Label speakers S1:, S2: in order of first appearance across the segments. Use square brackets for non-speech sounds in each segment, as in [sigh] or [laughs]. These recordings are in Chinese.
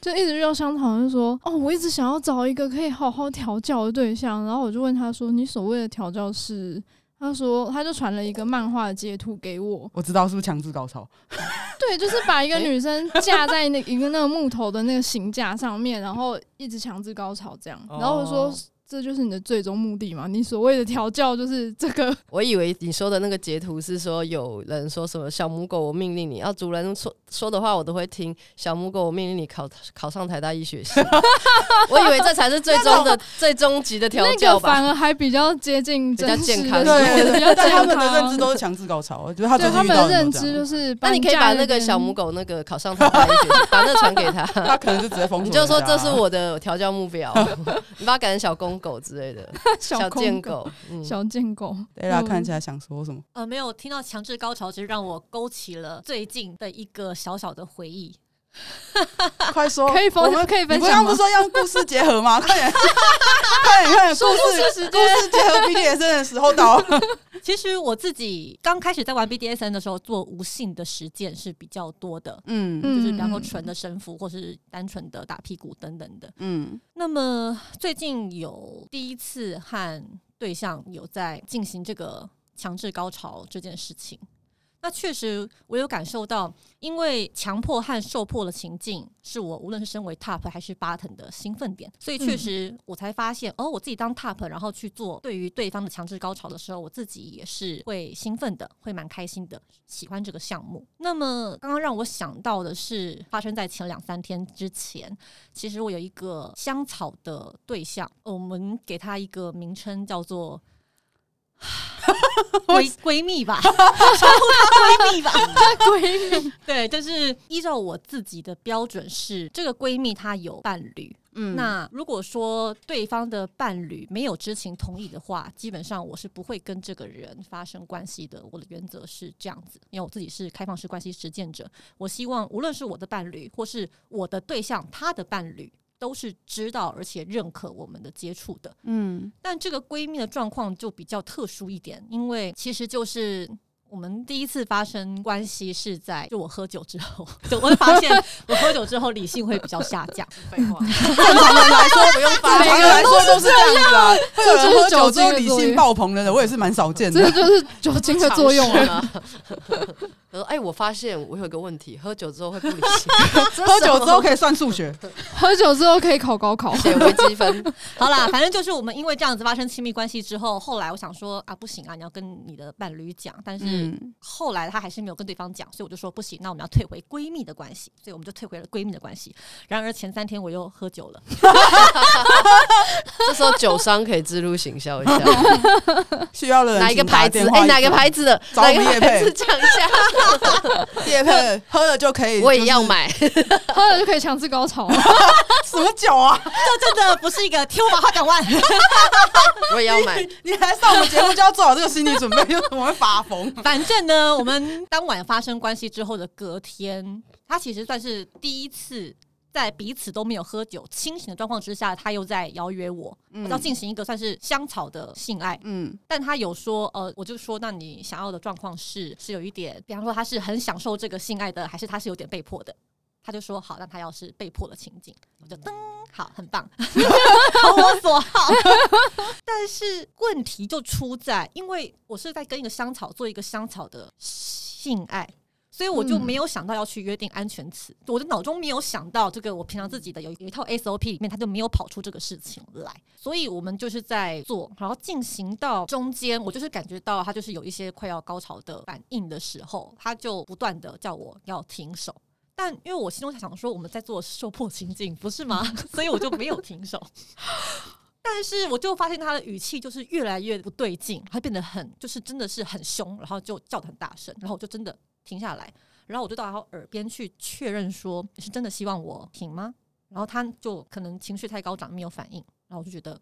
S1: 就一直遇到香肠，就说哦，我一直想要找一个可以好好调教的对象。然后我就问他说，你所谓的调教是？他说，他就传了一个漫画的截图给
S2: [laughs]
S1: 我。
S2: 我知道是不是强制高潮？
S1: 对，就是把一个女生架在那一个那个木头的那个刑架上面，然后一直强制高潮这样。然后我就说
S3: 哦，
S1: 这就是你的最终目的嘛？你所谓的调教就是这个。
S3: 我以为你说的那个截图是说有人说什么小母狗，我命令你要主人说说的话，我都会听。小母狗，我命令你考考上台大医学系。我以为这才是最终的最终极的调
S1: 那
S3: 教
S1: 个
S3: 吧
S1: 反。而还比较接近
S3: 比
S1: 真
S3: 较
S1: 实
S3: 健
S1: 的
S3: 康
S1: 事
S2: 对
S1: 情，比较
S2: 对，但
S1: 健
S2: 他们
S1: 康
S2: 的认知都是强制高潮，就是他
S1: 对
S2: 最
S1: 他
S2: 近遇
S1: 们
S2: 到
S1: 的
S2: 的
S1: 认
S2: 都这
S1: 知
S2: 样
S1: 就是搬家边，
S3: 那你可以把那
S1: [laughs]
S3: 个小母狗那个考上台大医学系，把那传给他。
S2: [laughs] 他可能就直接封锁
S3: 你
S2: 人家。
S3: 就说这是我的调教目标，你把它改成小公狗之类的，小
S1: 公
S3: 贱、狗。嗯，
S1: 小贱狗，
S2: 对啦，看起来想说什么？ [laughs]
S4: 呃，没有听到强制高潮，只是让我勾起了最近的一个小小的回忆。
S2: 快说，
S1: 可以
S2: 我
S1: 分
S2: 们
S1: 可以分
S2: 你不刚
S1: 享
S2: 不
S1: 吗
S2: 是？说要故事结合吗？快点， [laughs] 快点，快点！故事故事结合 BDSM 的时候到了，
S4: 其实我自己刚开始在玩 BDSN 的时候，做无性的实践是比较多的，
S2: 嗯
S4: 就是比方说
S1: 后
S4: 纯的身腹，或是单纯的打屁股等等的。
S2: 嗯，
S4: 那么最近有第一次和对象有在进行这个强制高潮这件事情，那确实我有感受到，因为强迫和受迫的情境是我无论是身为 top 还是 bottom 的兴奋点，所以确实我才发现，哦，我自己当 top，然后去做对于对方的强制高潮的时候，我自己也是会兴奋的，会蛮开心的，喜欢这个项目。那么刚刚让我想到的是，发生在前两三天之前，其实我有一个香草的对象，呃我们给他一个名称叫做 [laughs] 闺闺蜜吧，称呼她闺蜜吧。
S1: 闺蜜，
S4: 对，就是依照我自己的标准是，这个闺蜜她有伴侣。
S2: 嗯
S4: 那如果说对方的伴侣没有知情同意的话，基本上我是不会跟这个人发生关系的。我的原则是这样子，因为我自己是开放式关系实践者，我希望无论是我的伴侣或是我的对象他的伴侣，都是知道而且认可我们的接触的。
S2: 嗯，
S4: 但这个闺蜜的状况就比较特殊一点，因为其实就是。我们第一次发生关系是在就我喝酒之后， [laughs] 就我会发现我喝酒之后理性会比较下降。
S3: 废
S1: [laughs]
S3: 话，
S2: 正常人来说，
S3: 不用
S2: 正常
S3: 发
S2: 人来说都是这样子啊。会有人喝酒之
S1: 这就是酒精
S2: 后
S1: 的
S2: 理
S1: 作
S2: 性
S1: 用
S2: 爆棚的人，我也是蛮少见
S1: 这个
S2: 的。
S1: 就是酒精的作 [laughs] 用
S3: [laughs]
S1: 啊！
S3: 啊。我说：“哎，我发现我有一个问题，喝酒之后会 [laughs] 不理性，
S2: 喝酒之后可以算数学，
S1: 喝酒之后可以考高考，
S3: 写微积分。
S4: 好啦，反正就是我们因为这样子发生亲密关系之后，后来我想说啊，不行啊，你要跟你的伴侣讲，但是
S2: 嗯，
S4: 后来她还是没有跟对方讲，所以我就说不行，那我们要退回闺蜜的关系，所以我们就退回了闺蜜的关系。然而前三天我又喝酒了， [laughs]
S3: 这时候酒商可以植入行销
S2: [laughs]
S3: 一下，
S2: 嗯需要的人
S3: 哪一个
S2: 请打
S3: 牌子
S2: 电？话
S3: 哎，哪
S2: [laughs]
S3: 个牌子的？
S2: 找我
S3: 哪
S2: 们
S3: 个
S2: 业
S3: 牌子
S2: 配
S3: 讲一
S2: [laughs]
S3: 下？
S2: 叶配喝了就可以，
S3: 我也
S2: 就是
S3: 要买。
S1: 喝了就可以强制高
S3: [laughs]
S1: 潮。
S2: 什么酒啊？
S4: 这真的不是一个天花板港湾。
S3: 我也要买。
S2: 哎你来上我们节目就要做好这个心理准备，就是我会发疯。
S4: [laughs] 反正呢，我们当晚发生关系之后的隔天，他其实算是第一次在彼此都没有喝酒、清醒的状况之下，他又在邀约我，
S2: 嗯
S4: 要进行一个算是香草的性爱。
S2: 嗯
S4: 但他有说，呃，我就说，那你想要的状况是是有一点，比方说他是很享受这个性爱的，还是他是有点被迫的？他就说好，那他要是被迫的情景，我就噔，好，很棒，投我所好。但是问题就出在，因为我是在跟一个香草做一个香草的性爱。所以我就
S1: 嗯
S4: 没有想到要去约定安全词，我的脑中没有想到这个，我平常自己的有有一套 SOP 里面，他就没有跑出这个事情来。所以我们就是在做，然后进行到中间，我就是感觉到他就是有一些快要高潮的反应的时候，他就不断的叫我要停手。但因为我心中想说，我们在做受迫情境，不是吗？ [laughs] 所以我就没有停手。但是我就发现他的语气就是越来越不对劲，他变得很就是真的是很凶，然后就叫的很大声，然后我就真的停下来，然后我就到他耳边去确认说，你是真的希望我停吗？然后他就可能情绪太高涨，没有反应，然后我就觉得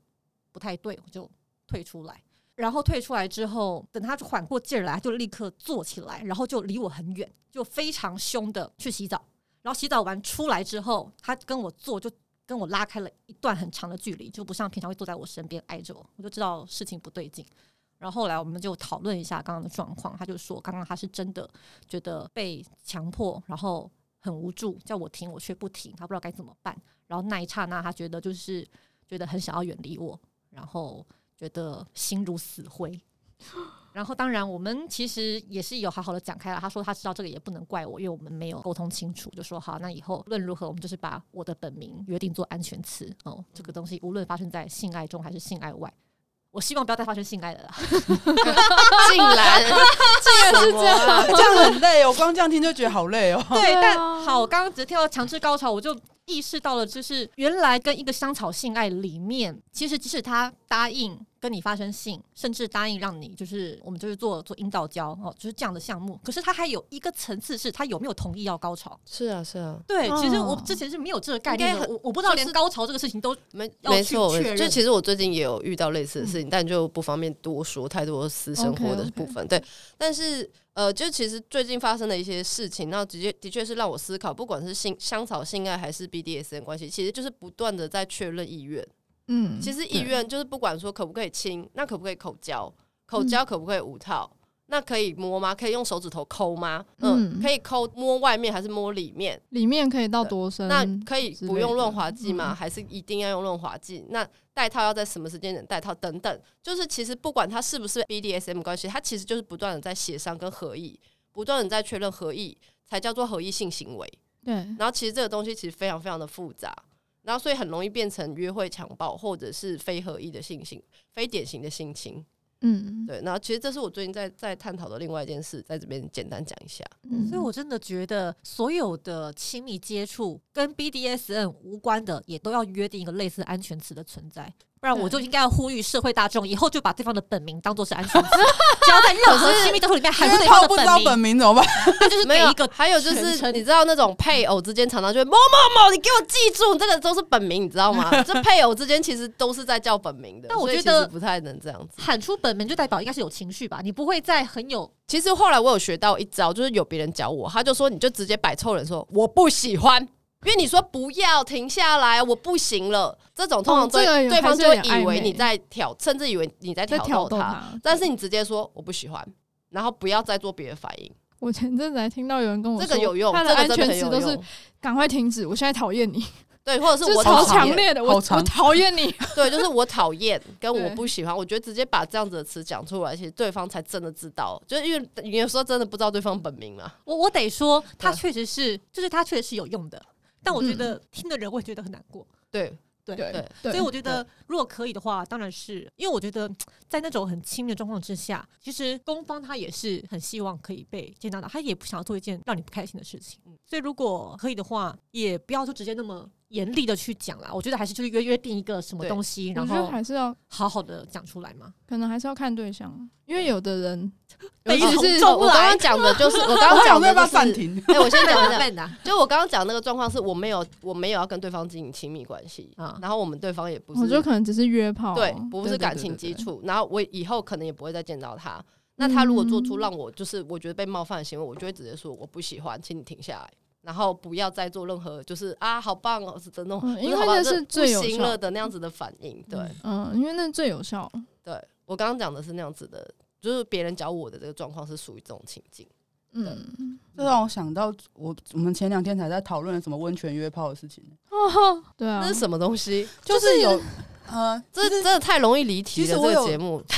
S4: 不太对，我就退出来。然后退出来之后，等他缓过劲儿来，他就立刻坐起来，然后就离我很远，就非常凶的去洗澡。然后洗澡完出来之后，他跟我坐，就跟我拉开了一段很长的距离，就不像平常会坐在我身边挨着我，我就知道事情不对劲。然后后来我们就讨论一下刚刚的状况，他就说刚刚他是真的觉得被强迫，然后。很无助，叫我停我却不停，他不知道该怎么办。然后那一刹那，他觉得就是觉得很想要远离我，然后觉得心如死灰。然后当然我们其实也是有好好的讲开了，他说他知道这个也不能怪我，因为我们没有沟通清楚，就说好，那以后无论如何，我们就是把我的本名约定做安全词哦，这个东西无论发生在性爱中还是性爱外。我希望不要再发生性爱了啦，
S3: 竟
S2: [laughs]
S3: 然竟然是这 [laughs] 样，
S2: 这样很累哦，光这样听就觉得好累哦。
S4: 对，
S1: 啊
S4: 但好，我刚刚只跳到强制高潮，我就意识到了，就是原来跟一个香草性爱里面，其实即使他答应跟你发生性，甚至答应让你就是我们就是做做阴道交哦，就是这样的项目，可是他还有一个层次是他有没有同意要高潮。
S3: 是啊是啊，
S4: 对，
S1: 哦
S4: 其实我之前是没有这个概念
S3: 应该
S4: 的，
S3: 很
S4: 我我不知道
S3: 就是
S4: 连高潮这个事情都
S3: 没
S4: 要
S3: 没
S4: 去
S3: 错，我
S4: 确认
S3: 就其实我最近也有遇到类似的
S2: 嗯
S3: 事情，但就不方便多说太多私生活的
S1: OK，OK
S3: 部分。对，但是呃，就其实最近发生的一些事情，那直接的确是让我思考，不管是性香草性爱还是 BDSM 关系，其实就是不断的在确认意愿。
S1: 嗯，
S3: 其实意愿就是不管说可不可以亲，那可不可以口交，
S1: 嗯
S3: 口交可不可以无套，那可以摸吗？可以用手指头抠吗？嗯，
S1: 嗯
S3: 可以抠摸外面还是摸里面？
S1: 里面可以到多深？
S3: 那可以
S1: 嗯之
S3: 不
S1: 类
S3: 用
S1: 的嗯
S3: 润滑剂吗？还是一定要用润滑剂？那戴套要在什么时间点戴套？等等，就是其实不管它是不是 BDSM 关系，它其实就是不断的在协商跟合意，不断的在确认合意，才叫做合意性行为。
S1: 对，
S3: 然后其实这个东西其实非常非常的复杂，然后所以很容易变成约会强暴或者是非合意的性行，非典型的性侵。
S1: 嗯，
S3: 对，然后其实这是我最近在在探讨的另外一件事，在这边简单讲一下。
S1: 嗯
S4: 所以我真的觉得，所有的亲密接触跟 BDSN 无关的，也都要约定一个类似安全词的存在，不然我就应该要呼吁社会大众，以后就把对方的本名当做是安全词，只要在任
S3: [laughs]
S4: 何亲密接触里面喊出对
S2: 泡
S4: 方
S2: 不知
S4: 的
S2: 道
S4: 本
S2: 本
S4: 名，
S2: 名怎么办？
S4: 那就是
S3: 没
S4: 给
S3: 有
S4: 一个，
S3: 还有就是你知道那种配偶之间常常就会某某某，你给我记住，这个都是本名，你知道吗？这配偶之间其实都是在叫本名的，
S4: 但我
S3: 所以
S4: 觉得
S3: 其实不太能这样子。
S4: 喊出本名，就代表应该是有情绪吧？你不会在很有
S3: 其实后来我有学到一招，就是有别人教我，他就说你就直接摆臭脸说我不喜欢，因为你说不要停下来，我不行了，这种通常
S1: 哦
S3: 对、
S1: 这个有
S3: 对方就
S1: 还是有
S3: 会
S1: 点
S3: 以为
S1: 暧昧
S3: 你在挑，甚至以为你在
S1: 在
S3: 挑
S1: 挑
S3: 逗
S1: 逗
S3: 他，
S1: 他
S3: 但是你直接说我不喜欢，然后不要再做别的反应，
S1: 我前阵子还听到有人跟我
S3: 这
S1: 说，
S3: 个有用，
S1: 他
S3: 这
S1: 安
S3: 个真
S1: 全
S3: 的很
S1: 词
S3: 有
S1: 都是
S3: 用
S1: 赶快停止，我现在讨厌你，
S3: 对，或者
S1: 这
S3: 是我
S1: 超
S3: 讨厌
S1: 强烈的，我
S2: 好
S1: 我
S2: 长
S1: 讨厌你，
S3: 对，就是我讨厌跟我
S1: 对
S3: 不喜欢，我觉得直接把这样子的词讲出来，其实对方才真的知道，就是因为你有时候真的不知道对方本名嘛。
S4: 我我得说，它
S3: 对嗯
S4: 确实是，就是它确实是有用的，但我觉得听的人会觉得很难过。
S3: 对，
S4: 对
S1: 对
S4: 所以
S1: 对，
S4: 我觉得，如果可以的话，当然是因为我觉得在那种很亲密的状况之下，其实攻方他也是很希望可以被接纳到，他也不想要做一件让你不开心的事情。
S3: 嗯
S4: 所以如果可以的话，也不要就直接那么严厉的去讲啦。我觉得还是就是约约定一个什么
S3: 对
S4: 东西，
S1: 我
S4: 然
S1: 觉得
S4: 后
S1: 还是要，
S4: 好好的讲出来嘛。
S1: 可能还是要看对象，啊因为有的人
S4: 北
S1: 有的
S4: 一直
S1: 是
S4: 是
S3: 我刚刚讲的
S1: [laughs]
S3: 就是我刚
S2: 我
S3: 刚
S2: 想
S3: 讲
S2: 说
S3: 的
S2: 要不要
S3: 就是，
S2: 暂停？
S3: 哎， [laughs] 我先讲一下，
S4: 慢的，
S3: 就我刚刚讲那个状况是我没有我没有要跟对方经营亲密关系
S4: 啊
S3: 然后我们对方也不
S1: 嗯我觉得
S3: 是
S1: 可能只是约炮，啊
S3: 对不是
S1: 对
S3: 感
S1: 对
S3: 情
S1: 对
S3: 基
S1: 对
S3: 础，然后我以后可能也不会再见到他。那他如果做
S1: 嗯
S3: 出让我就是我觉得被冒犯的行为，我就会直接说我不喜欢，请你停下来，然后不要再做任何就是啊好棒哦是的那种，
S1: 嗯
S3: 不
S1: 因为
S3: 好棒
S1: 那
S3: 就是
S1: 最有
S3: 不行
S1: 效
S3: 了的那样子的反应。对、
S1: 嗯，因为那最有效，
S3: 对，我刚刚讲的是那样子的，就是别人教我的这个状况是属于这种情境。
S1: 嗯，
S2: 这让我想到我我们前两天才在讨论什么温泉约炮的事情，
S1: 哦，对啊
S3: 那，是什么东西？
S2: 就是有呃，
S3: 这真的太容易离题
S2: 其
S3: 了，
S2: 实
S3: 这
S2: 我
S3: 个
S2: 有
S3: 节目 [laughs]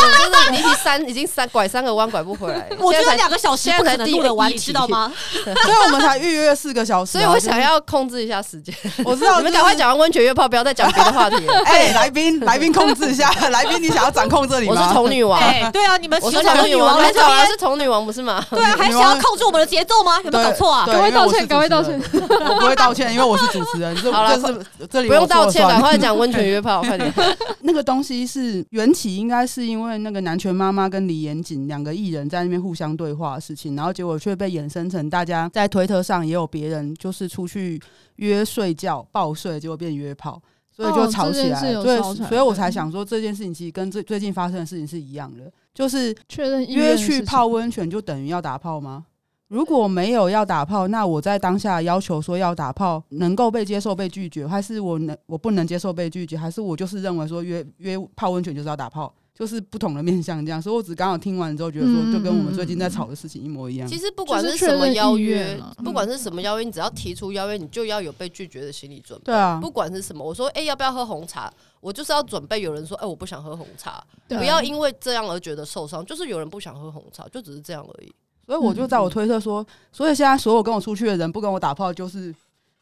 S3: 对真的离题三已经三拐三个弯拐不回来了。
S4: [laughs] [laughs] 我觉
S3: 现在
S4: 得
S3: 才
S4: 两个小时
S3: 现在
S4: 不
S3: 才
S4: 可能录
S3: 第
S4: 得完，
S3: 一
S4: 你知
S3: 集
S4: 道吗？
S2: 所以我们才预约四个小时
S3: 所
S2: 啊。
S3: 以我想要控制一下时间。
S2: 就是，我知道。
S3: [laughs] 你们赶快。讲完温泉约炮，不要再讲别的话题了
S2: [laughs] 哎、来宾，来宾控制一 [laughs] 下，来宾，你想要掌控这里
S3: 我
S2: 吗？
S3: 是童女王，
S4: 哎，对啊，你们
S3: 我
S4: 有
S3: 是
S4: 想要
S3: 童
S4: 女
S3: 女
S4: 王
S3: 王，
S4: 来
S3: 没
S4: 这
S3: 错啊，
S4: 边，
S3: 是童女王不是吗？
S4: 对啊，还想要控制我们的节奏吗？有没有搞错啊？
S2: 对
S1: 赶快道
S2: 因为我是
S1: 歉，赶快道歉 [laughs]
S2: 主，我不会道歉，因为我是主持人。这
S3: 好了
S2: 这是这里
S3: 不用道歉，
S2: 我说了算
S3: 赶快讲温泉约炮，快点。
S2: [laughs] 那个东西是缘起，应该是因为那个南拳妈妈跟李延景两个艺人在那边互相对话的事情，然后结果却被衍生成大家在推特上也有别人就是出去约睡觉报睡，结果变约炮。所以就
S1: 哦
S2: 吵起
S1: 这件事
S2: 来了，
S1: 有
S2: 所以
S1: 烧起来
S2: 所以我才想说这件事情其实跟最最近发生的事情是一样的，就是
S1: 确认意愿
S2: 约
S1: 的事
S2: 去
S1: 情
S2: 泡温泉就等于要打炮吗？如果没有要打炮，那我在当下要求说要打炮，能够被接受被拒绝，还是我能我不能接受被拒绝，还是我就是认为说约约泡温泉就是要打炮，就是不同的面向这样。所以我只刚好听完之后，觉得说，就跟我们最近在吵的事情一模一样。
S3: 其实不管
S1: 就是
S3: 是
S1: 确
S3: 什么
S1: 认
S3: 邀
S1: 意
S3: 约
S1: 愿了，
S3: 不管是什么邀约，你只要提出邀约，你就要有被拒绝的心理准备。
S2: 对啊，
S3: 不管是什么，我说哎、要不要喝红茶？我就是要准备有人说哎、我不想喝红茶，
S1: 对
S2: 啊
S1: 啊
S3: 不要因为这样而觉得受伤，就是有人不想喝红茶，就只是这样而已。
S2: 所以我就在我推特说，所以现在所有跟我出去的人不跟我打炮，就是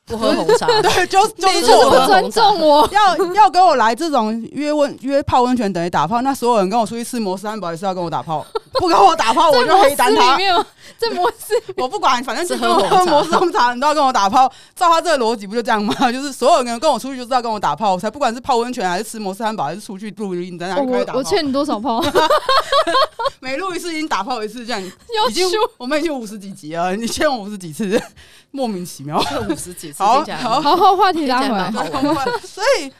S3: 不喝红茶，
S2: [laughs] 对，就就是
S3: 没
S1: 就是
S3: 错
S1: 不尊重
S2: [laughs]
S1: 我。
S2: 要要跟我来这种约问约泡温泉等于打炮，那所有人跟我出去吃摩斯汉堡也是要跟我打炮， [laughs] 不跟我打炮我
S1: 在
S2: 就
S1: 摩
S2: 黑
S1: 斯
S2: 单
S1: 里
S2: 他，
S1: 面吗，在摩斯
S2: 我不管，反正就是是
S3: 喝红茶
S2: 喝摩斯红茶，你都要跟我打炮。照他这个逻辑不就这样吗？ [laughs] 就是所有人跟我出去就是要跟我打炮，我才不管是泡温泉还是吃摩斯汉堡还是出去露营，咱俩
S1: 哦
S2: 就可以
S1: 我
S2: [laughs] 打
S1: 我
S2: 炮。
S1: 欠你多少炮？
S2: 每录一次已经打炮一次，这
S1: [laughs]
S2: 样
S1: 要
S2: 已经
S1: 求
S2: 我们已经五十几集了，你欠我五十几次，莫名其妙。 [laughs]
S3: 五十几次
S2: 好
S3: 听起来
S2: 好
S1: 好好话题拉回
S3: 听起来
S1: 来
S3: 蛮。
S2: 所以